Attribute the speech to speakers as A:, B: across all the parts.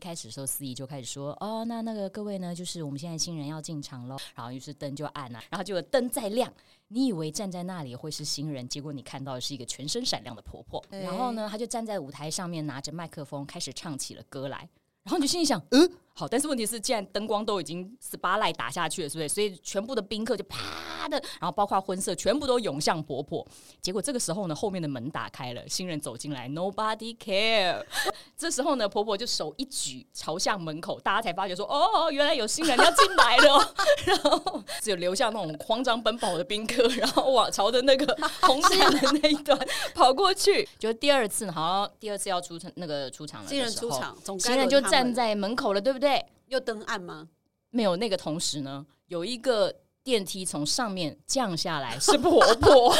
A: 开始的时候，司仪就开始说：“哦，那那个各位呢，就是我们现在新人要进场喽。”然后于是灯就暗了、然后结果灯再亮，你以为站在那里会是新人，结果你看到的是一个全身闪亮的婆婆。
B: 哎
A: 然后呢，她就站在舞台上面，拿着麦克风开始唱起了歌来。然后你就心里想，嗯，好，但是问题是，既然灯光都已经 spotlight 打下去了，是不是？所以全部的宾客就啪的，然后包括婚社，全部都涌向婆婆。结果这个时候呢，后面的门打开了，新人走进来，nobody care。这时候呢，婆婆就手一举朝向门口，大家才发觉说，哦，原来有新人要进来了、 哦。然后只有留下那种慌张奔跑的宾客，然后往朝着那个红毯的那一端跑过去。就第二次呢，好像第二次要出场那个出场了，
B: 新人出。场，总该
A: 新人
B: 轮
A: 就
B: 他
A: 站
B: 们
A: 在门口了，对不对？
B: 又登岸吗？
A: 没有那个同时呢，有一个电梯从上面降下 来，是婆婆，
B: 是婆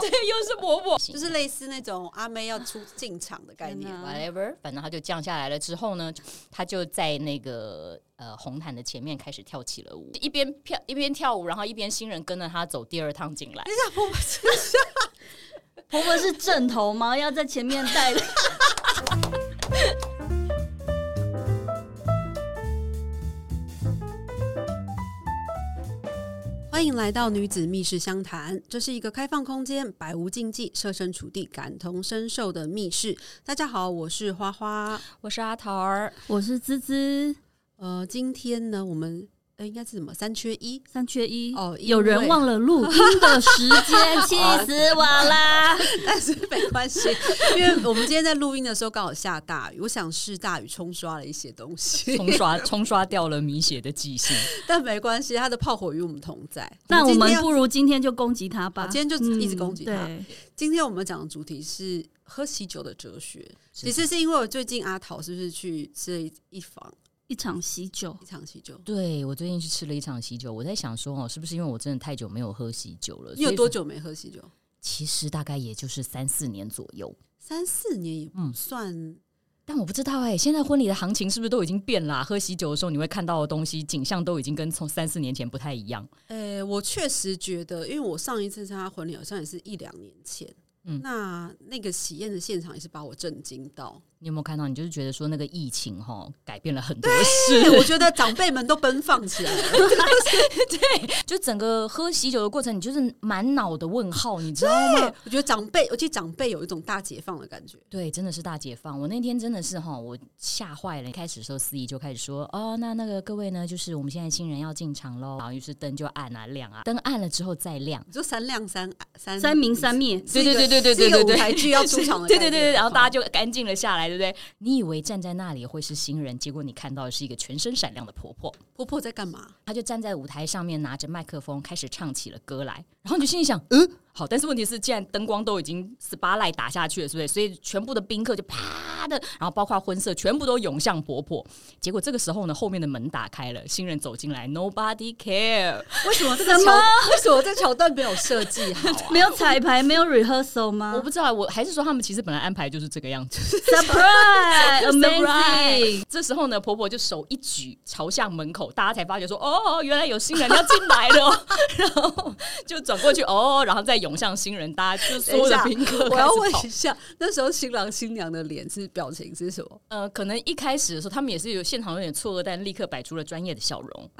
A: 对，，又是婆婆，
B: 就是类似那种阿妹要出进场的概念。
A: whatever，反正她就降下来了之后呢，她就在那个呃红毯的前面开始跳起了舞，一边跳一边跳舞，然后一边新人跟着她走第二趟进来
B: 等。一下，婆婆
C: 婆婆是正头吗？要在前面带的。
B: 欢迎来到女子密室相谈，这是一个开放空间，百无禁忌，设身处地，感同身受的密室。大家好，我是花花。
A: 我是阿桃儿，
C: 我是滋滋，
B: 呃，今天呢，我们呃应该是什么三缺一
C: 三缺一。
B: 哦，因为
C: 有人，忘了录音的时 间，气死我啦！
B: 但是没关系， 因为我们今天在录音的时候刚好下大雨，我想是大雨冲刷了一些东西，
A: 冲刷冲刷掉了米血的记性。
B: 但没关系，它的炮火与我们同在。
C: 那我
B: 今
C: 们
B: 天要
C: 不如今天就攻击他吧
B: 好，今天就一直攻击他
C: 嗯对
B: 今天我们讲的主题是喝喜酒的哲学。其实是因为我最近阿桃是不是去吃了一一房
C: 一场喜酒
B: 一，场喜酒？
A: 对我最近去吃了一场喜酒，我在想说哦，是不是因为我真的太久没有喝喜酒了？
B: 你有
A: 所以
B: 多久没喝喜酒？
A: 其实大概也就是三四年左右。
B: 三四年也不算，
A: 但我不知道哎、现在婚礼的行情是不是都已经变啦、喝喜酒的时候，你会看到的东西景象都已经跟从三四年前不太一样。
B: 呃、我确实觉得，因为我上一次参加婚礼好像也是一两年前，
A: 嗯
B: 那那个喜宴的现场也是把我震惊 到。
A: 你有没有看到？你就是觉得说那个疫情哈改变了很多
B: 对，
A: 事，
B: 哎我觉得长辈们都奔放起来了，
A: 就整个喝喜酒的过程，你就是满脑的问号，你知道吗？
B: 我觉得长辈，我觉得长辈有一种大解放的感觉。
A: 对，真的是大解放。我那天真的是哈，我吓坏了。一开始的时候，司仪就开始说：“哦，那那个各位呢，就是我们现在新人要进场喽。”然后于是灯就暗啊亮啊，灯暗了之后再亮。
B: 你说三亮三三
C: 三明三灭，
A: 对
B: 是一
A: 对
B: 个
A: 对对对
B: 是一
A: 对
B: 个
A: 对对，
B: 舞台剧要出场 的嗯
A: 对
B: 概
A: 对对
B: 念
A: 对，然后
B: 好
A: 大家就干净了下来，对不对？你以为站在那里会是新人，结果你看到的是一个全身闪亮的婆婆，
B: 婆婆在干嘛？
A: 她就站在舞台上面，拿着麦克风开始唱起了歌来。然后你就心里想，嗯，好，但是问题是，既然灯光都已经 spotlight 打下去了，是不是？所以全部的宾客就啪的，然后包括婚社，全部都涌向婆婆。结果这个时候呢，后面的门打开了，新人走进来，nobody care。
B: 为什么这个桥？为什么这桥段没有设计好啊？
C: 没有彩排，没有 rehearsal 吗
A: 我不知道，我还是说他们其实本来安排就是这个样子。
C: ？Surprise！Amazing！
A: 这时候呢，婆婆就手一举朝向门口，大家才发觉说：“哦，原来有新人要进来了 哦。”然后就转过去，哦，然后再涌向新人，大家就所有的
B: 等一
A: 宾客
B: 我
A: 开
B: 要
A: 始
B: 问
A: 跑
B: 一。下，那时候新郎新娘的脸是表情是什么？
A: 呃，可能一开始的时候，他们也是有现场有点错愕，但立刻摆出了专业的笑容。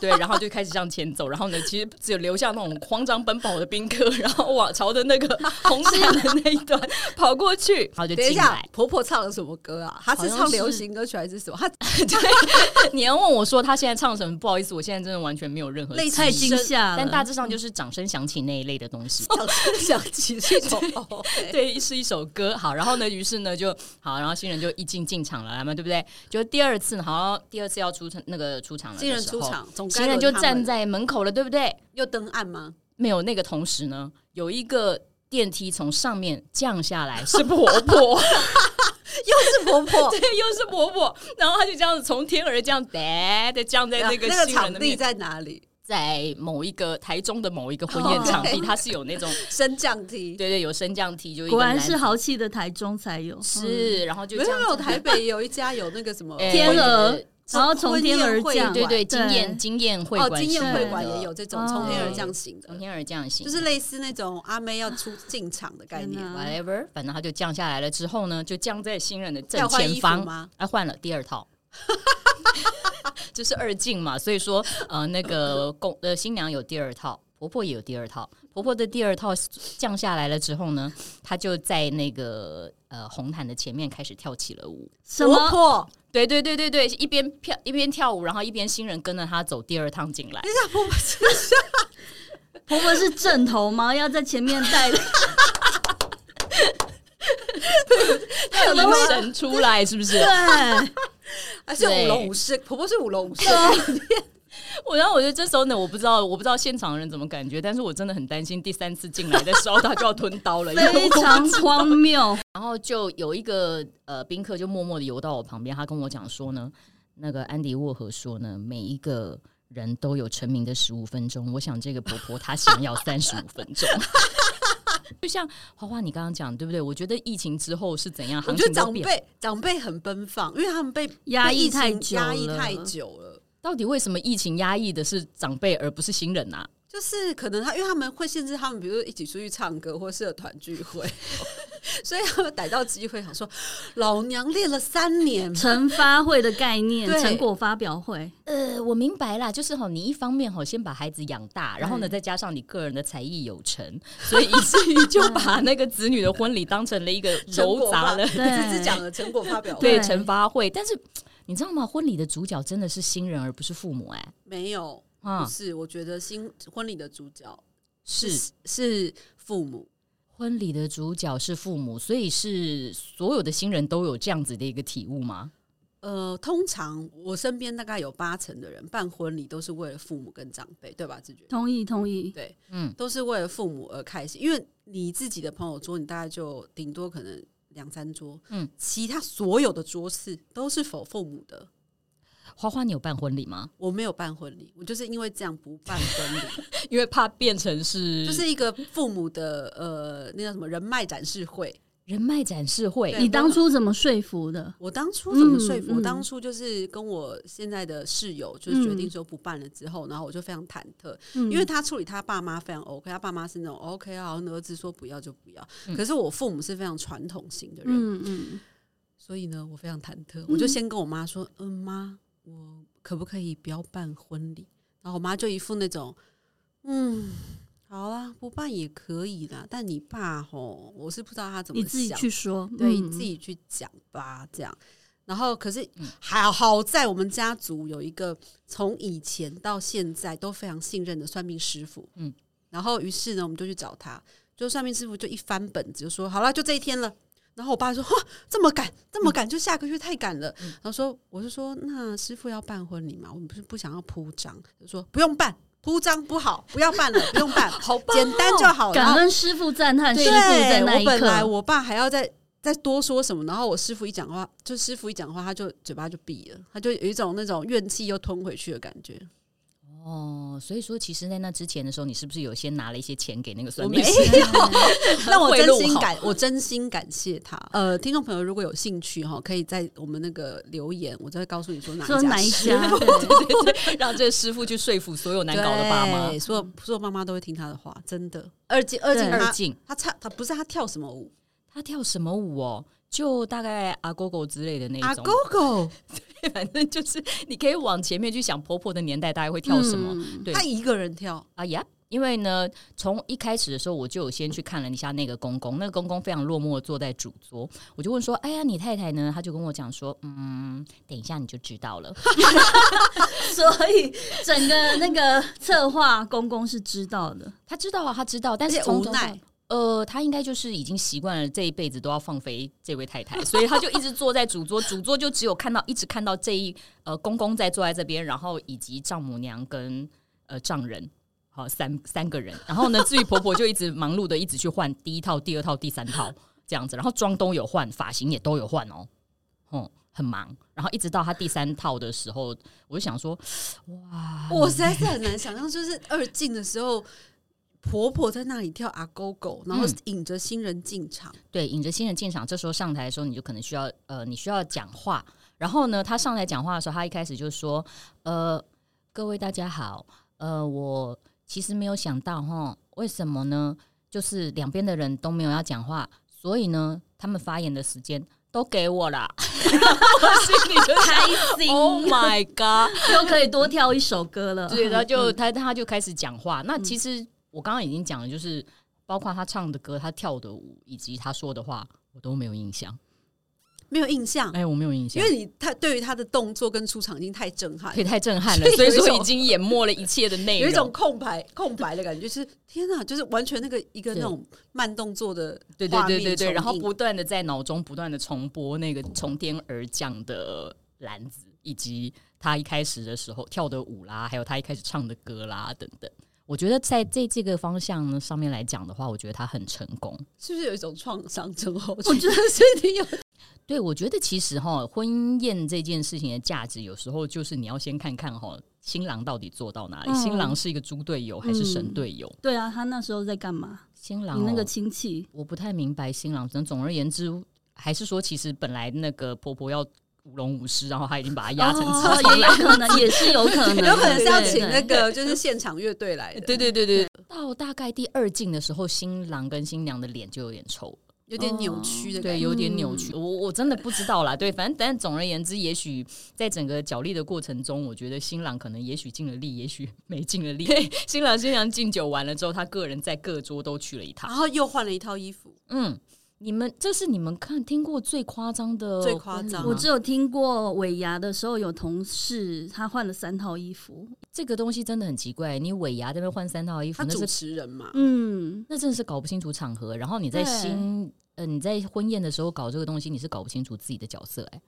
A: 对，然后就开始向前走。然后呢，其实只有留下那种慌张奔跑的宾客，然后往朝着那个红毯的那一端跑过去，然后就
B: 等一
A: 进
B: 下
A: 来。，
B: 婆婆唱了什么歌啊？她是
A: 好像
B: 唱流
A: 是
B: 行歌曲还是什么？她
A: 对， 你要问我说他现在唱什么？不好意思，我现在真的完全没有任何
B: 类似
C: 太
B: 声
C: 惊吓了，
A: 但大致上就是掌声响起那一类的东 西。
B: 掌声响起是一种哦，对
A: 对，是一首歌。好，然后呢，于是呢就好，然后新人就一进进场了嘛，对不对？就第二次，好，第二次要出场那个出场了，
B: 新人出，场，总该
A: 新人就
B: 轮他
A: 站
B: 们
A: 在门口了，对不对？
B: 又登岸吗？
A: 没有那个同时呢，有一个电梯从上面降下来，是婆 婆，
B: 又是婆婆，
A: 对，又是婆婆，然后她就这样子从天而降，哒的降在那个
B: 那个
A: 新人
B: 场
A: 的
B: 地
A: 面前，
B: 在哪里？
A: 在某一个台中的某一个婚宴场
B: 哦
A: 地，它是有那种
B: 升降梯。
A: 对对有升降梯，就一个
C: 果然
A: 男
C: 是豪气的台中才有。
A: 是，然后就
B: 没
A: 这
B: 有
A: 样
B: 没有，
A: 子
B: 台北有一家有那个什么
A: 哎
C: 天鹅
A: 对
C: 然后从天而降
A: 对对，
B: 对
C: 对
A: 经验经验会
B: 哦，
A: 馆
B: 经验
A: 式
B: 会
A: 的
B: 馆也有这种
C: 哦
B: 从天而降型
A: 从
B: 的，
A: 天而降型，
B: 就是类似那种阿妹要出进场的概念
C: 天，哪
A: whatever，反正它就降下来了之后呢，就降在新人的正
B: 要换
A: 前
B: 衣服
A: 方。
B: 吗？
A: 啊，换了第二套。 就是二进嘛，所以说呃，那个公呃新娘有第二套，婆婆也有第二套。婆婆的第二套降下来了之后呢，她就在那个呃红毯的前面开始跳起了舞。
C: 什
B: 婆
C: 么？
B: 婆，
A: 对对对对对，一边跳一边跳舞，然后一边新人跟着她走第二趟进来。
B: 等一下，婆婆
C: 婆婆是正头吗？要在前面 带领？
A: 她有精神出来是不是？
C: 对，
B: 还是
A: 对
B: 舞龙舞狮，婆婆是舞龙舞狮，
A: 我然后我觉得这时候呢，我不知道我不知道现场人怎么感觉，但是我真的很担心第三次进来的时候她就要吞刀了，因为
C: 非常荒谬。
A: 然后就有一个呃宾客就默默的游到我旁边，他跟我讲说呢，那个安迪沃荷说呢，每一个人都有成名的十五分钟，我想这个婆婆她想要三十五分钟。 就像花花你刚刚讲对不对？我觉得疫情之后是怎样，
B: 我
A: 行
B: 觉得
A: 情
B: 长
A: 都变。
B: 辈长辈很奔放，因为他们被
C: 压
B: 被
C: 抑
B: 疫情
C: 太久
B: 压抑
C: 了
B: 太久了。
A: 到底为什么疫情压抑的是长辈而不是新人啊？
B: 就是可能他，因为他们会限制他们，比如说一起出去唱歌或社团聚会， 所以他们逮到机会想说，老娘练了三年，
C: 成发会的概念，
B: 对
C: 成果发表会，
A: 呃，我明白啦，就是哈，你一方面哈先把孩子养大，然后呢
C: 嗯
A: 再加上你个人的才艺有成，所以以至于 就把那个子女的婚礼当嗯成了一个
B: 成
A: 揉
B: 果
A: 杂
B: 发
A: 了
C: 对
B: 只是讲了成果发表会，
A: 对
C: 对
A: 惩罚会，但是你知道吗？婚礼的主角真的是新人，而不是父母、哎，
B: 没有，不
A: 啊，
B: 是，我觉得新婚礼的主角
A: 是
B: 是父母，
A: 婚礼的主角是父母，所以是所有的新人都有这样子的一个体悟吗？
B: 呃，通常我身边大概有八成的人办婚礼都是为了父母跟长辈，对吧？自觉
C: 同意同意。
B: 对，
A: 嗯，
B: 都是为了父母而开心，因为你自己的朋友桌，你大概就顶多可能两三桌，
A: 嗯
B: 嗯，其他所有的桌次都是否父母的。
A: 花花，你有办婚礼吗？
B: 我没有办婚礼，我就是因为这样不办婚 礼，
A: 因为怕变成是
B: 就是一个父母的呃那叫什么人脉展示会。
A: 人脉展示会
B: 对
C: 你当初怎么说服的？
B: 我当初怎么说服？
C: 嗯嗯
B: 我当初就是跟我现在的室友，就是决定说不办了之后，然后我就非常忐忑，
C: 嗯
B: 因为他处理他爸妈非常 OK，他爸妈是那种 OK 啊，儿子说不要就不要，
A: 嗯
B: 可是我父母是非常传统型的人，
C: 嗯嗯，
B: 所以呢，我非常忐忑，我就先跟我妈说：“嗯，妈，我可不可以不要办婚礼？”然后我妈就一副那种：“嗯，好啦，不办也可以啦，但你爸吼，我是不知道他怎么
C: 嗯你
B: 想，
C: 自己去说，
B: 对，
C: 嗯
B: 你自己去讲吧，这样。”然后，可是
A: 嗯
B: 还好在我们家族有一个从以前到现在都非常信任的算命师傅，
A: 嗯
B: 嗯，然后于是呢，我们就去找他，就算命师傅就一翻本子就说：“好了，就这一天了。”然后我爸说：“哈，这么赶， 这么赶，就下个月太赶了。然后说：“我就说，那师傅要办婚礼嘛，我们不是不想要铺张，就说不用办，铺张不好，不要办了，不用办，好简单就好。”然
C: 感
B: 后
C: 恩师傅赞叹师
B: 对，
C: 傅在那一
B: 我本来
C: 刻，
B: 我爸还要再再多说什么，然后我师傅一讲话，就师傅一讲话，他就嘴巴就闭了，他就有一种那种怨气又吞回去的感 觉。
A: 哦，所以说其实在那之前的时候，你是不是有先拿了一些钱给那个
B: 我
A: 算
B: 没
A: 命师？
B: 但我
A: 贿
B: 真
A: 赂
B: 心
A: 好
B: 感，我真心感谢 他。呃，听众朋友如果有兴趣哈，可以在我们那个留言，我再告诉你说哪
C: 说
B: 家
C: 哪一
B: 是
C: 家？对
A: 让这个师傅去说服所有难搞的爸妈
B: 对。所有所有妈妈都会听他的话，真的。二进二进
C: 对
A: 二
B: 他
A: 进，
B: 他唱他不是他跳什么舞，
A: 他跳什么舞哦？就大概阿狗狗之类的那
B: 阿
A: 种
B: 狗，狗，
A: 反正 就是你可以往前面去想，婆婆的年代大概会跳什么。？
C: 嗯
A: 对
B: 他一个人跳，
A: 啊呀因为呢，从一开始的时候，我就有先去看了一下那个公公，那个公公非常落寞地坐在主桌，我就问说：“哎呀，你太太呢？”他就跟我讲说：“嗯，等一下你就知道了。
C: 所以整个那个策划公公是知道的，”
A: 他知道啊，他知道，但
B: 而
A: 是
B: 且
A: 从
B: 无
A: 头到
B: 奈。
A: 呃，他应该就是已经习惯了这一辈子都要放飞这位太太，所以他就一直坐在主桌，主桌就只有看到一直看到这一呃公公在坐在这边，然后以及丈母娘跟呃丈人。好，三三个人，然后呢，至于婆婆就一直忙碌的，一直去换第一套、第二套、第三套这样子，然后妆都有换，发型也都有换哦，嗯，很忙。然后一直到她第三套的时候，我就想说，哇，
B: 我实在是很难想象，就是二进的时候，婆婆在那里跳阿狗狗，然后
A: 嗯
B: 引着新人进场，
A: 对，引着新人进场，这时候上台的时候，你就可能需要呃，你需要讲话，然后呢，他上来讲话的时候，他一开始就说：“呃，各位大家好，呃，我其实没有想到哈，为什么呢？就是两边的人都没有要讲话，所以呢，他们发言的时间都给我了。” 我心里就
C: 开 心
A: Oh my god！嗯
C: 又可以多跳一首歌 了。 嗯
A: 对，他就他他就开始讲话。那其实我刚刚已经讲了，就是包括他唱的歌、他跳的舞以及他说的话，我都没有印象。
B: 没有印象，
A: 哎、我没有印象，
B: 因为你太对于他的动作跟出场已经太震撼
A: 也，太震撼了，
B: 所
A: 所
B: 以
A: 以
B: 有一
A: 说
B: 种
A: 已经淹没了一切的内容。
B: 有一种空白空白的感觉，就是天哪，就是完全那个一个那种慢动作的
A: 对对
B: 画面
A: 对对
B: 重
A: 对，
B: 映
A: 然后不断的在脑中不断的重播那个从天而降的篮子，以及他一开始的时候跳的舞啦，还有他一开始唱的歌啦等等。我觉得在这这个方向呢上面来讲的话，我觉得他很成功。
B: 是不是有一种创伤症候群？我 觉得是挺有
A: 对，我觉得其实哈，婚宴这件事情的价值，有时候就是你要先看看哈，新郎到底做到哪里。
C: 嗯
A: 新郎是一个猪队友还是神队友？
C: 对啊，他那时候在干嘛？
A: 新郎
C: 你那
A: 哦
C: 个亲戚，
A: 我不太明白新郎。总总而言之，还是说，其实本来那个婆婆要舞龙舞狮，然后她已经把她压成这
C: 哦，也有可能，也是有可能，
B: 有可能是要
C: 对
B: 请那。
C: 对对
B: 个就是现场乐队来的，
A: 对对对对，到大概第二镜的时候，新郎跟新娘的脸就有点臭，
B: 有点扭曲的感
A: 对，
B: 觉。
A: 有点扭曲。嗯我我真的不知道啦，对，反正但总而言之，也许在整个角力的过程中，我觉得新郎可能也许尽了力，也许没尽了力。 新郎新娘敬酒完了之后，他个人在各桌都去了一
B: 然
A: 趟。
B: 后又换了一套衣服，
A: 嗯，你们这是你们看听过最夸张的
B: 最夸
A: 婚礼
B: 张啊
A: 吗
C: 我只有听过尾牙的时候，有同事他换了三套衣服，
A: 这个东西真的很奇怪，你尾牙这边换三套衣服，
B: 他
A: 那
B: 主
A: 是
B: 持人嘛，
C: 嗯，
A: 那真的是搞不清楚场合。然后你在
C: 对
A: 新呃你在婚宴的时候搞这个东西，你是搞不清楚自己的角色哎、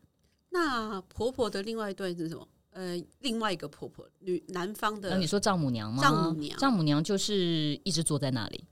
B: 那婆婆的另外一段是什么？呃，另外一个婆婆，女男方
A: 那
B: 的
A: 你说丈母娘吗？
B: 丈母娘
A: 丈母娘就是一直坐在那里，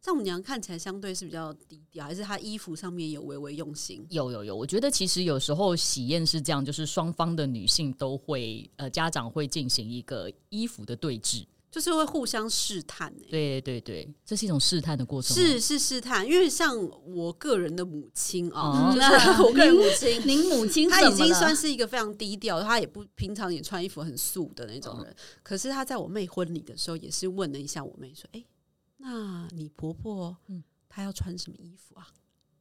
B: 丈母娘看起来相对是比较低调，还是她衣服上面有微微用心？
A: 有有有，我觉得其实有时候喜宴是这样，就是双方的女性都会呃家长会进行一个衣服的对峙，
B: 就是会互相试探、欸，
A: 对对对，这是一种试探的过程吗，
B: 是是试探，因为像我个人的母亲
A: 哦
B: 啊， 就是我个人母 亲，
C: 您母亲
B: 她
C: 怎
B: 已
C: 么
B: 经
C: 了
B: 算是一个非常低调，她也不平常也穿衣服很素的那
A: 哦
B: 种人。可是她在我妹婚礼的时候，也是问了一下我妹说：“哎、那你婆婆
A: 嗯
B: 她要穿什么衣服啊？”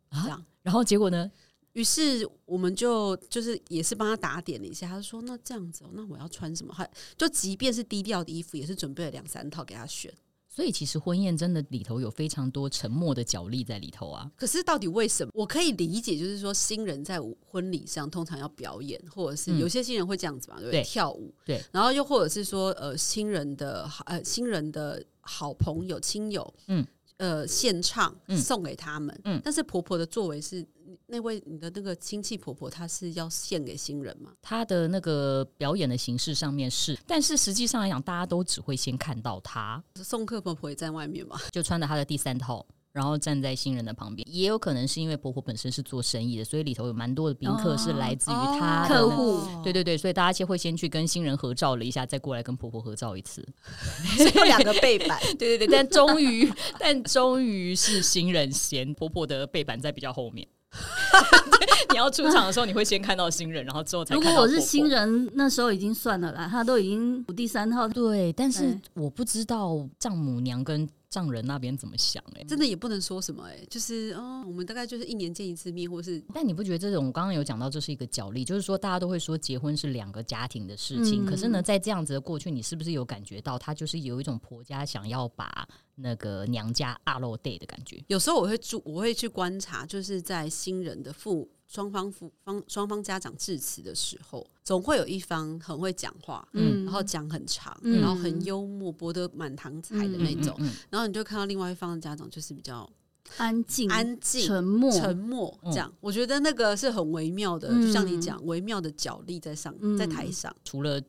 A: 啊
B: 这样，
A: 然后结果呢？
B: 于是我们就就是也是帮她打点了一下。她说：“那这样子、哦，那我要穿什么？”还就即便是低调的衣服，也是准备了两三套给她选。
A: 所以其实婚宴真的里头有非常多沉默的角力在里头啊。
B: 可是到底为什么？我可以理解，就是说新人在舞婚礼上通常要表演，或者
A: 嗯
B: 是有些新人会这样子嘛，对不
A: 对
B: 对？跳舞，
A: 对。
B: 然后又或者是说，呃，新人的好呃新人的好朋友亲友，
A: 嗯
B: 嗯，呃，献唱
A: 嗯
B: 送给他们，
A: 嗯
B: 嗯。但是婆婆的作为是那位你的那个亲戚婆婆，她是要献给新人嘛？
A: 他的那个表演的形式上面是，但是实际上来讲，大家都只会先看到他，
B: 送客婆婆也在外面嘛？
A: 就穿着他的第三套，然后站在新人的旁边。也有可能是因为婆婆本身是做生意的，所以里头有蛮多的宾客
C: 哦
A: 是来自于他的
C: 客
A: 那
C: 户
A: 对对对，所以大家先会先去跟新人合照了一下，再过来跟婆婆合照一次。
B: 有两个背板，
A: 对对对，但终于，但终于是新人先，婆婆的背板在比较后面。 你要出场的时候，你会先看到新人，然后之后才
C: 如
A: 看
C: 果
A: 到
C: 我是
A: 婆婆
C: 新人，那时候已经算了啦，他都已经五第三套，
A: 对，但是
C: 对
A: 我不知道丈母娘跟丈人那边怎么想哎、
B: 真的也不能说什么哎、就是哦，我们大概就是一年见一次面，或是
A: 但你不觉得这种我刚刚有讲到，这是一个角力，就是说大家都会说结婚是两个家庭的事情，
C: 嗯
A: 可是呢，在这样子的过去，你是不是有感觉到他就是有一种婆家想要把那个娘家阿漏 day 的感觉？
B: 有时候我会注，我会去观察，就是在新人的父双方父方双方家长致辞的时候，总会有一方很会讲话，
A: 嗯
C: 嗯，
B: 然后讲很长，
C: 嗯
B: 然后很幽默，博得满堂彩的那种。
A: 嗯嗯
B: 然后你就看到另外一方的家长就是比较
C: 安静、
B: 安静、
C: 沉
A: 嗯
C: 默，
B: 沉默这样。我觉得那个是很微妙的，
C: 嗯
B: 就像你讲，微妙的角力在上
C: 嗯
B: 在台上。
A: 除了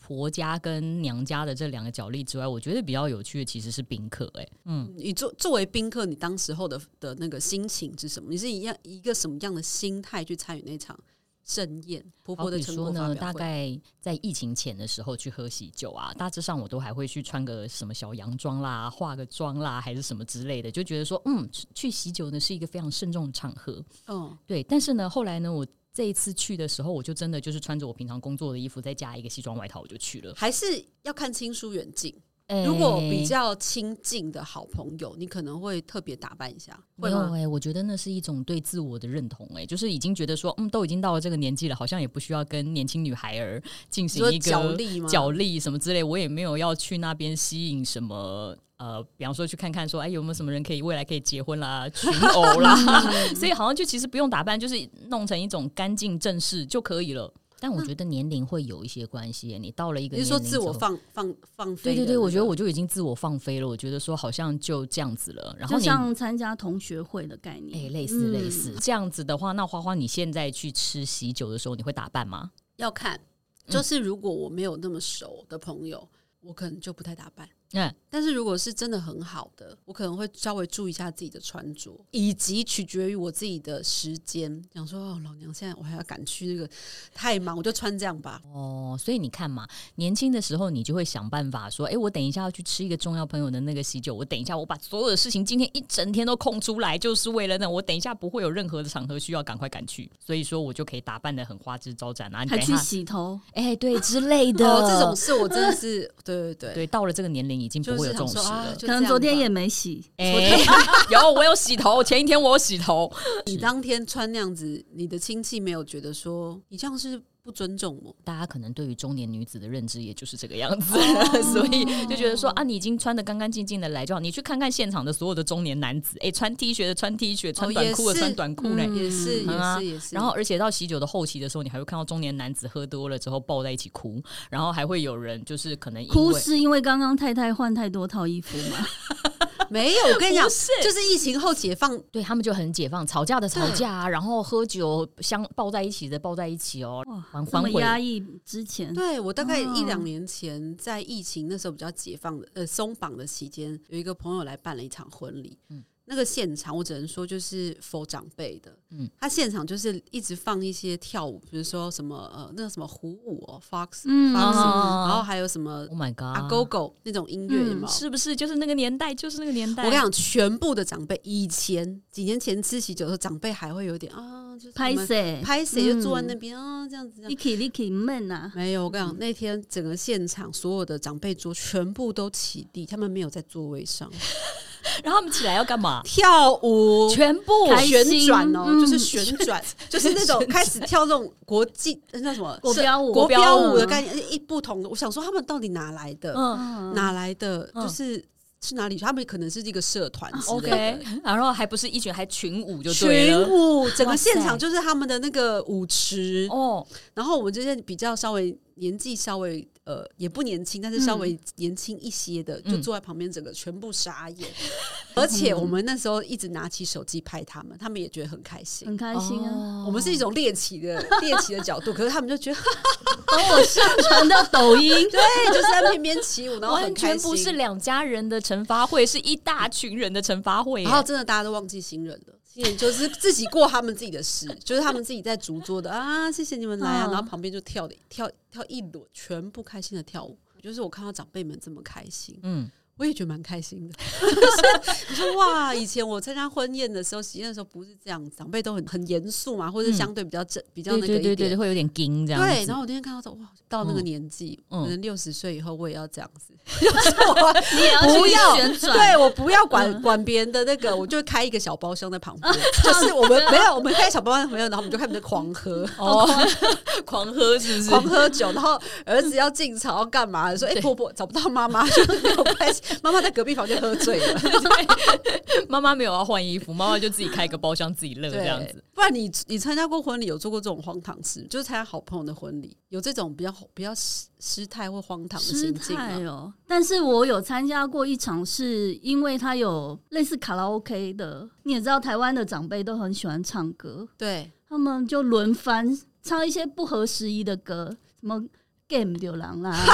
A: 婆家跟娘家的这两个角力之外，我觉得比较有趣的其实是宾客哎、嗯，
B: 你作作为宾客，你当时候的的那个心情是什么？你是一样一个什么样的心态去参与那场盛宴？婆
A: 好
B: 婆的
A: 哦比
B: 成果
A: 说
B: 发
A: 呢，
B: 表
A: 大
B: 会。
A: 概在疫情前的时候去喝喜酒啊，大致上我都还会去穿个什么小洋装啦、化个妆啦，还是什么之类的，就觉得说，嗯，去去喜酒呢是一个非常慎重的场合。
B: 嗯，
A: 对，但是呢，后来呢，我这一次去的时候，我就真的就是穿着我平常工作的衣服，再加一个西装外套，我就去了。哎
B: 还是要看亲疏远近。如果
A: 嗯
B: 比较亲近的好朋友，你可能会特别打扮一下，
A: 没
B: 会
A: 有
B: 吗？
A: 哎、我觉得那是一种对自我的认同哎、就是已经觉得说，嗯，都已经到了这个年纪了，好像也不需要跟年轻女孩儿进
B: 你
A: 行
B: 说
A: 一个
B: 角力吗？
A: 角力什么之类，我也没有要去那边吸引什么。呃，比方说去看看说，哎，有没有什么人可以未来可以结婚 啦、群偶啦，所以好像就其实不用打扮，就是弄成一种干净正式就可以了。但我觉得年龄会有一些关系耶，你到了一个
B: 你是说
A: 年龄
B: 自我
A: 之后
B: 放放放飞
A: 对
B: 的那个？
A: 对对，我觉得我就已经自我放飞了，我觉得说好像就这样子了。然后
C: 就
A: 你
C: 像参加同学会的概
A: 哎、
C: 念，
A: 类似类
B: 嗯
A: 似、这样子的话，那花花，你现在去吃喜酒的时候，你会打扮吗？
B: 要看，
A: 嗯
B: 就是如果我没有那么熟的朋友，我可能就不太打扮。
A: 嗯，
B: 但是如果是真的很好的，我可能会稍微注意一下自己的穿着，以及取决于我自己的时间。想说，哦，老娘现在我还要赶去那个，太忙，我就穿这样吧。
A: 哦，所以你看嘛，年轻的时候你就会想办法说，哎、我等一下要去吃一个重要朋友的那个喜酒，我等一下我把所有的事情今天一整天都空出来，就是为了那我等一下不会有任何的场合需要赶快赶去，所以说我就可以打扮的很花枝招展啊，你
C: 还
A: 等一
C: 去
A: 下，
C: 洗头，
A: 哎、对之类的，
B: 哦，这种事我真的是，对对对，
A: 对，到了这个年龄已经不
B: 就
A: 会有
B: 是
A: 这
B: 想
A: 种事
B: 说啊，
A: 了。
B: 就
C: 可
B: 这样
C: 能昨天
B: 吧
C: 也没洗，
A: 哎、 有我有洗头，前一天我有洗头，
B: 你当天穿那样子，你的亲戚没有觉得说你这样是不尊重我？
A: 大家可能对于中年女子的认知也就是这个样子，
B: 哦
A: 所以就觉得说啊，你已经穿的干干净净的来就好。你去看看现场的所有的中年男子，诶，穿 T 恤的穿 T 恤，穿短裤
B: 哦也
A: 的
B: 是
A: 穿短裤嘞。
C: 嗯
B: 也是，
A: 嗯啊
B: 也是，也是。
A: 然后，而且到喜酒的后期的时候，你还会看到中年男子喝多了之后抱在一起哭，然后还会有人就是可能因
C: 哭
A: 为
C: 是因为刚刚太太换太多套衣服嘛？
B: 没有，我跟你讲
A: 不，是
B: 就是疫情后解放，
A: 对他们就很解放，吵架的吵架啊，然后喝酒相抱在一起的抱在一起哦，
C: 哇
A: 还，
C: 这么
A: 还回
C: 压抑之前，
B: 对我大概
C: 哦
B: 一两年前在疫情那时候比较解放的呃松绑的期间，有一个朋友来办了一场婚礼，
A: 嗯
B: 那个现场我只能说就是否长辈的，
A: 嗯
B: 他现场就是一直放一些跳舞，比如说什么呃那个什么鼓舞哦，Fox，、
C: 嗯，
B: 当时
C: 哦嗯
B: 然后还有什么
A: Oh my god，
B: 阿 Go Go 那种音乐有没有
A: 是不是就是那个年代，就是那个年代？
B: 我跟你讲，全部的长辈以前几年前吃喜酒的时候，长辈还会有点啊，就是
C: 拍
B: 我们
C: 谁？
B: 拍谁就坐在
C: 嗯
B: 那边啊，这样子。这样
C: Licky Licky 闷啊呐，
B: 没有，我跟你讲，那天整个现场所有的长辈桌全部都起立，他们没有在座位 上
A: 然后他们起来要干 嘛？
B: 跳舞。
A: 全部
C: 开心
B: 旋转哦，
C: 嗯
B: 就是旋转，就是那种开始跳那种国际那叫什么
C: 国标舞，
B: 国标舞的
C: 嗯
B: 概念，而且一不同的。我想说他们到底哪来的？
A: 嗯。
C: 嗯
B: 哪来的？
A: 嗯
B: 就是是哪里？他们可能是一个社团之类
A: OK，
B: 的
A: 然后还不是一群，还群舞就对
B: 嗯群
A: 了。
B: 舞，整
A: 哇
B: 个
A: 塞
B: 现场就是他们的那个舞池，
A: 哦，
B: 然后我们这些比较稍微年纪稍微呃也不年轻，但是稍微年轻一些的，
A: 嗯
B: 就坐在旁边，整个全部傻眼。而且我们那时候一直拿起手机拍他们，他们也觉得很开心。
C: 很开心啊！
A: 哦
B: 我们是一种猎奇 的猎奇的角度，可是他们就觉得
C: 等我上传到抖音，
B: 对，就是在翩翩起舞，然后很
A: 完
B: 开
A: 全
B: 心。
A: 不是两家人的惩罚会，是一大群人的惩罚会耶。
B: 然后真的大家都忘记新人了，新人就是自己过他们自己的事， 就是他们自己在竹桌的啊，谢谢你们来啊，
C: 嗯
B: 然后旁边就跳的跳跳一轮，全部开心的跳舞。就是我看到长辈们这么开心，
A: 嗯，
B: 我也觉得蛮开心的。 我说哇，以前我参加婚宴的时候，喜宴的时候不是这样，长辈都很很严肃嘛，或者
A: 嗯
B: 相对比较正、比较
A: 对
B: 那个一
A: 对
B: 点。
A: 对对，会有点惊这样
B: 对，
A: 子。
B: 然后我那天看到说，哇，到那个年纪，
A: 嗯
B: 可能六十岁以后，我也要这样 子，就是我
C: 你也要
B: 不
C: 去
B: 要
C: 旋转，
B: 对我不要
A: 嗯
B: 管管别人的那个，我就开一个小包厢在旁边， 就是我们没有，我们开小包厢在旁边，然后我们就开始狂喝。
A: 哦，狂喝是不是？
B: 狂喝酒，然后儿子要进朝要干嘛？说哎、婆婆找不到妈妈，就是没有关系，妈妈在隔壁房间喝醉了。
A: 妈妈没有要换衣服，妈妈就自己开个包厢自己乐
B: 对，
A: 这样子。
B: 不然你你参加过婚礼，有做过这种荒唐事？就是参加好朋友的婚礼，有这种比较比较失失态或荒唐的
C: 失
B: 行径
C: 态
B: 吗？
C: 哦。但是我有参加过一场，是因为他有类似卡拉 OK 的，你也知道台湾的长辈都很喜欢唱歌，
B: 对，
C: 他们就轮番 唱一些不合时宜的歌，什么 Game 流浪啦。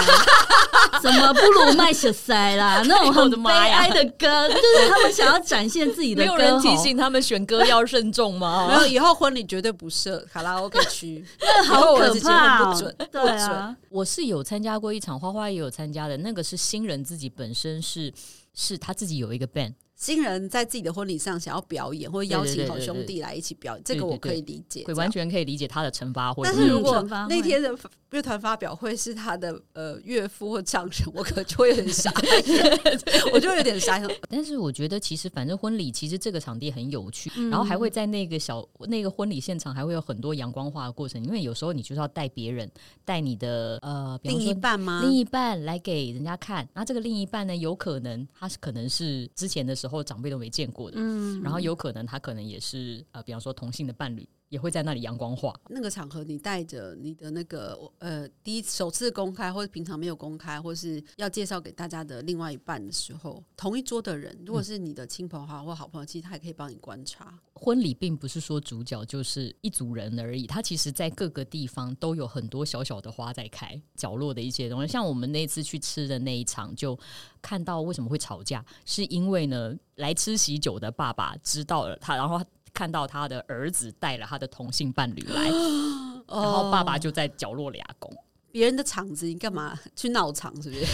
C: 什么不如卖血塞啦，那种
A: 我的
C: 很悲
A: 妈呀
C: 哀的歌，就是他们想要展现自己的
A: 没
C: 歌
A: 有人提
C: 喉
A: 醒他们选歌要慎重
B: 没
C: 哦
A: 吗？
B: 有以后婚礼绝对不设卡拉 OK 区，
C: 那
B: 以后
C: 好
B: 我儿
C: 可
B: 子结
C: 怕、
B: 婚
C: 哦！
B: 不准，
C: 对啊，
A: 我是有参加过一场，花花也有参加的，那个是新人自己本身是是他自己有一个 band，
B: 新人在自己的婚礼上想要表演，或者邀请好兄弟来一起表演，
A: 对对对对
B: 这个我可以理解。
A: 会完全可以理解他的惩罚会。
B: 但是如
C: 嗯
B: 果
C: 惩罚会
B: 那天的乐团发表会是他的呃岳父或丈人，我可能就会有点傻眼， 我就有点 傻眼。
A: 但是我觉得其实反正婚礼其实这个场地很有趣，然后还
B: 嗯
A: 会在那个小那个婚礼现场还会有很多阳光化的过程，因为有时候你就是要带别人，带你的呃，比
B: 另
A: 方
B: 一
A: 说。
B: 半啊吗？
A: 另一半来给人家看，那这个另一半呢，有可能他是可能是之前的时候长辈都没见过的，
C: 嗯，
A: 然后有可能他可能也是呃，比方说同性的伴侣也会在那里阳光化，
B: 那个场合，你带着你的那个呃，第一首次公开，或者平常没有公开，或是要介绍给大家的另外一半的时候，同一桌的人，
A: 嗯
B: 如果是你的亲朋好友或好朋友，其实他也可以帮你观察。
A: 婚礼并不是说主角就是一组人而已，它其实在各个地方都有很多小小的花在开，角落的一些东西。像我们那次去吃的那一场，就看到为什么会吵架，是因为呢，来吃喜酒的爸爸知道了他，然后看到他的儿子带了他的同性伴侣来，嗯然后爸爸就在角落俩拱。
B: 哦别人的场子，你干嘛去闹场？是不 是？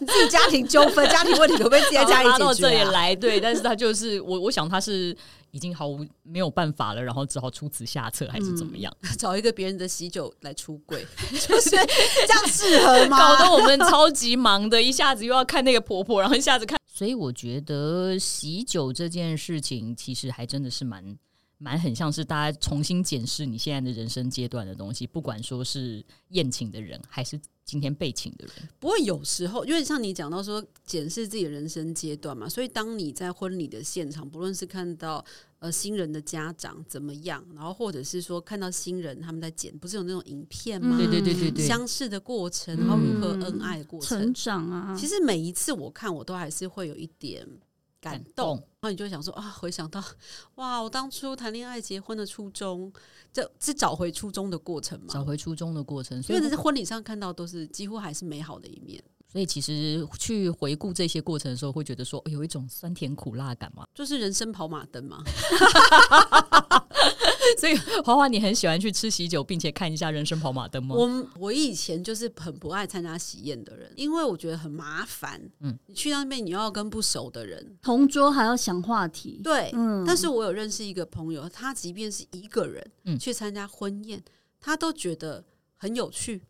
B: 你自己家庭纠纷、家庭问题，可不可以自己在 家
A: 拉
B: 里
A: 到
B: 解
A: 哦这里
B: 决、啊？
A: 来，对，但是他就是我，我想他是已经毫无没有办法了，然后只好出此下策，还是怎么样？
B: 找一个别人的喜酒来出 柜， 就是这样适合
A: 搞
B: 吗？
A: 得我们超级忙的，一下子又要看那个婆婆，然后一下子看。 所以我觉得喜酒这件事情，其实还真的是蛮蛮很像是大家重新检视你现在的人生阶段的东西，不管说是宴请的人，还是今天被请的人，
B: 不过有时候，因为像你讲到说检视自己的人生阶段嘛，所以当你在婚礼的现场，不论是看到呃新人的家长怎么样，然后或者是说看到新人他们在剪，不是有那种影片吗？
A: 嗯对对对对对，嗯
B: 相识的过程，然后如何恩爱的过程
C: 成，长啊，
B: 其实每一次我看，我都还是会有一点感动。然后你就会想说啊，回想到哇，我当初谈恋爱结婚的初衷，这是找回初衷的过程
A: 找
B: 嘛？
A: 回初衷的过程，所
B: 因
A: 以
B: 为在婚礼上看到都是几乎还是美好的一面，
A: 所以其实去回顾这些过程的时候，会觉得说哦有一种酸甜苦辣感嘛。
B: 就是人生跑马灯嘛。
A: 所以华华，你很喜欢去吃喜酒，并且看一下人生跑马灯吗？
B: 我我以前就是很不爱参加喜宴的人，因为我觉得很麻烦。
A: 嗯
B: 嗯，你去那边你又要跟不熟的人，
C: 同桌还要想话题，
B: 对，
C: 嗯，
B: 但是我有认识一个朋友，他即便是一个人、
A: 嗯
B: 去参加婚宴，他都觉得很有趣，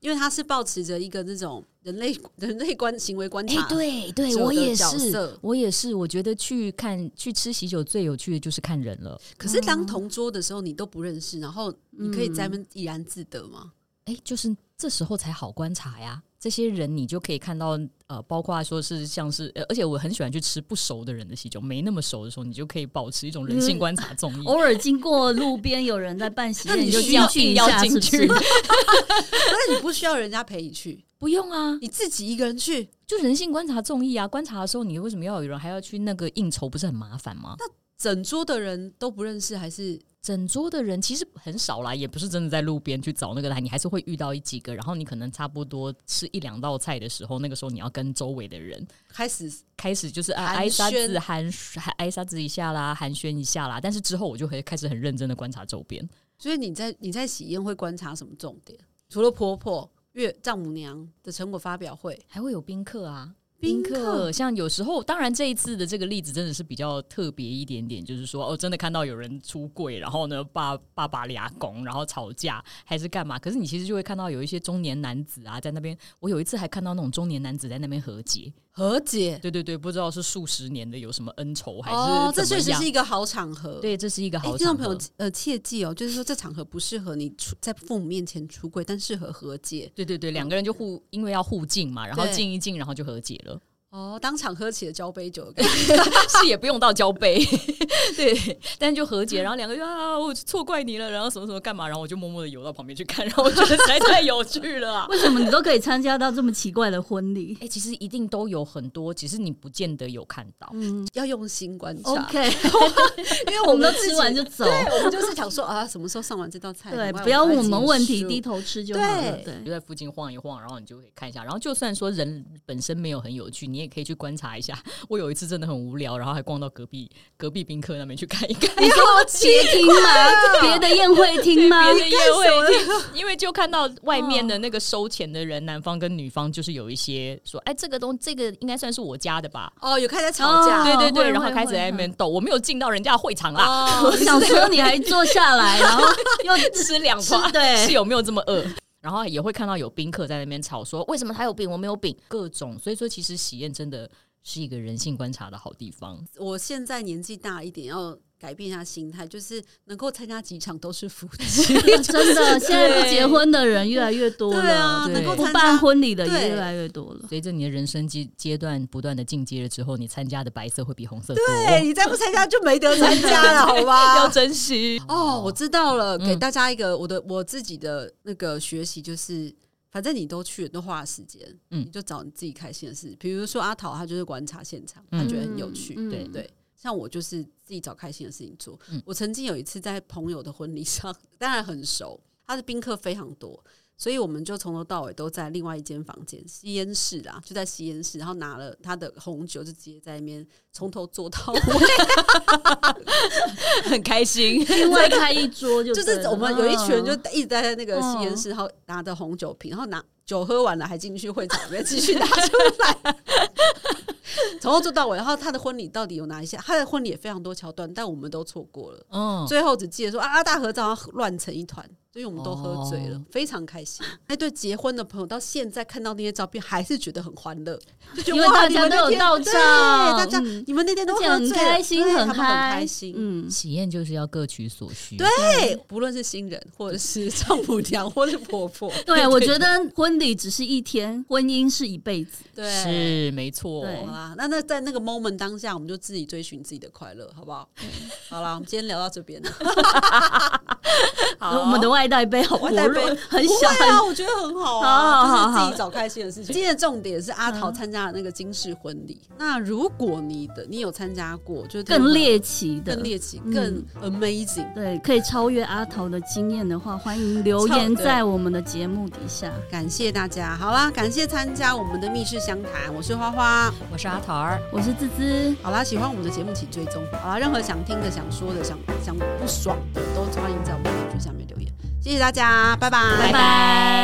B: 因为他是保持着一个那种人类人类观行为观
A: 哎、
B: 察。
A: 对对，
B: 者
A: 我
B: 的
A: 也
B: 角
A: 是
B: 色，
A: 我也是。我觉得去看去吃喜酒最有趣的就是看人了。
B: 可是当同桌的时候，你都不认识，然后
C: 嗯
B: 你可以在
A: 嗯
B: 那边怡然自得吗？
A: 哎、就是这时候才好观察呀。这些人你就可以看到，呃，包括说是像是，呃而且我很喜欢去吃不熟的人的喜酒，没那么熟的时候，你就可以保持一种人性观察综艺。
C: 偶尔经过路边有人在办喜
B: 那
C: 宴，
B: 你
C: 就
B: 需
C: 进
B: 要
C: 去一
A: 硬要
C: 下，
A: 进
C: 是不是
A: 去？
B: 那你不需要人家陪你去，
A: 不用啊，
B: 你自己一个人去，
A: 就人性观察综艺啊。观察的时候，你为什么要有人还要去那个应酬，不是很麻烦吗？
B: 整桌的人都不认识，还是
A: 整桌的人其实很少啦，也不是真的在路边去找那个来，你还是会遇到一几个。然后你可能差不多吃一两道菜的时候，那个时候你要跟周围的人
B: 开始
A: 开始就是啊
B: 寒
A: 挨杀
B: 暄
A: 子寒寒挨杀子一下啦，寒暄一下啦。但是之后我就会开始很认真的观察周边，
B: 所以你在你在喜宴会观察什么重点？除了婆婆、岳丈母娘的成果发表会，
A: 还会有宾客啊。
B: 宾
A: 客
B: 客
A: 像有时候，当然这一次的这个例子真的是比较特别一点点，就是说哦，真的看到有人出柜，然后呢，爸爸爸俩拱，然后吵架还是干嘛？可是你其实就会看到有一些中年男子啊，在那边，我有一次还看到那种中年男子在那边和解，
B: 和解。
A: 对对对，不知道是数十年的有什么恩仇还是
B: 哦，这
A: 怎么
B: 确实
A: 样
B: 是一个好场合。
A: 对，这是一个
B: 哎，
A: 好
B: 听
A: 场
B: 众
A: 合
B: 朋友，呃，切记哦，就是说这场合不适合你出在父母面前出柜，但适合和解。
A: 对对对，两个人就互因为要互敬嘛，然后
B: 对
A: 敬一敬，然后就和解了。
B: 哦，当场喝起了交杯酒的感觉，
A: 是也不用到交杯， 对，但就和解，然后两个就啊，我错怪你了，然后什么什么干嘛，然后我就默默的游到旁边去看，然后我觉得实在太有趣了啊、
C: 为什么你都可以参加到这么奇怪的婚礼
A: 哎、其实一定都有很多，只是你不见得有看到。
B: 要用心观察。
C: ？OK，
B: 因为
C: 我
B: 我
C: 们
B: 们
C: 都
B: 自己哎
C: 吃完就走，
B: 对，我们就是想说啊，什么时候上完这道菜？
C: 对，
B: 赶快
C: 不要问我
B: 赶快
C: 们
B: 结
C: 问题，
B: 束
C: 低头吃就好了。对
A: 你就在附近晃一晃，然后你就可以看一下。然后就算说人本身没有很有趣，你也可以去观察一下。 我有一次真的很无聊，然后还逛到隔壁隔壁宾客那边去看一看。
C: 你说别厅
B: 啊
C: 吗？别的宴会厅吗？
A: 别的宴会厅，因为就看到外面
C: 哦
A: 的那个收钱的人，男方跟女方就是有一些说，哎，这个东这个应该算是我家的吧？
B: 哦，有开始在吵架，
C: 哦
A: 对对对，
C: 会
A: 然后
C: 会
A: 开始
C: 会哦
A: 在那边斗，我没有进到人家的会场啦，
C: 我 想说你还坐下来，然后又
A: 吃两
C: 吃
A: 团，
C: 对
A: 是有没有这么饿？然后也会看到有宾客在那边吵说，为什么他有饼，我没有饼，各种。所以说，其实喜宴真的是一个人性观察的好地方。
C: 哦
B: 我现在年纪大一点，要改变一下心态，就是能够参加几场都是福气。
C: 真的，现在不结婚的人越来越多
B: 对啊，
C: 了，
A: 对
B: 能够
C: 不
B: 参
C: 办
B: 加
C: 婚礼的也
B: 对
C: 越来越多了。
A: 随着你的人生阶阶段不断的进阶了之后，你参加的白色会比红色多，
B: 对，你再不参加就没得参加了，好
A: 要
B: 吗？
A: 珍惜。
B: 哦，我知道了，
A: 嗯
B: 给大家一个我的我自己的那个学习，就是反正你都去了，都花了时间，
A: 嗯
B: 你就找你自己开心的事。比如说阿桃，她就是观察现场，
A: 嗯
B: 她觉得很有趣，
C: 嗯
A: 对
C: 嗯
B: 对。像我就是自己找开心的事情做。
A: 嗯
B: 我曾经有一次在朋友的婚礼上，当然很熟，他的宾客非常多，所以我们就从头到尾都在另外一间房间吸烟室啊，就在吸烟室，然后拿了他的红酒就直接在那边从头做到尾，
A: 很开 心。
C: 另外开一桌 就
B: 就
C: 对
B: 是
C: 了
B: 我们有一群人就
C: 嗯
B: 一直待在那个吸烟室，然后拿着红酒瓶，然后拿酒喝完了还进去会场里面继续拿出来， 从头做到尾。然后他的婚礼到底有哪一些？他的婚礼也非常多桥段，但我们都错过了，
A: 嗯，
B: 最后只记得说啊，啊大合照乱成一团。所以我们都喝醉了，
A: 哦
B: 非常开心。哎，对结婚的朋友，到现在看到那些照片，还是觉得很欢乐，就觉得
C: 因为
B: 哇
C: 大
B: 你
C: 家
B: 们
C: 都
B: 那
C: 有
B: 天
C: 到
B: 对
C: 账，
B: 大家
C: 嗯
B: 你们那天都喝
C: 而且
B: 醉
C: 很
B: 了
C: 开心，
B: 对他
C: 很
B: 们很开心。
C: 嗯，
A: 喜宴就是要各取所需。
B: 对，不论是新人，或者是 丈母娘，或者是婆婆，
C: 对，我觉得婚礼只是一天，婚姻是一辈子。
B: 对。
A: 是没错。
C: 对
B: 好啦，那那在那个 moment 当下，我们就自己追寻自己的快乐，好不好？好啦，我们今天聊到这 边 了。好，
C: 我们的外带杯 好薄
B: 外带杯
C: 弱，很小，
B: 不会啊，我觉得很 好
C: 好好
B: 啊，
C: 好
B: 就是自己找开心的事情。今嗯天的重点是阿桃参加了那个金氏婚礼。那如果你的你有参加过，就是
C: 更猎奇的
B: 更。猎奇、
C: 嗯
B: 更 amazing。
C: 对，可以超越阿桃的经验的话，欢迎留言
B: 超
C: 在我们的节目底下。
B: 感谢大家，好啦，感谢参加我们的密室相谈，我是花花。
A: 我是阿桃儿，
C: 我是滋滋，
B: 好啦，喜欢我们的节目请追踪。好啦，任何想听的、想说的、想想不爽的，都欢迎在我们的评论下面留言。谢谢大家，拜拜
C: 拜拜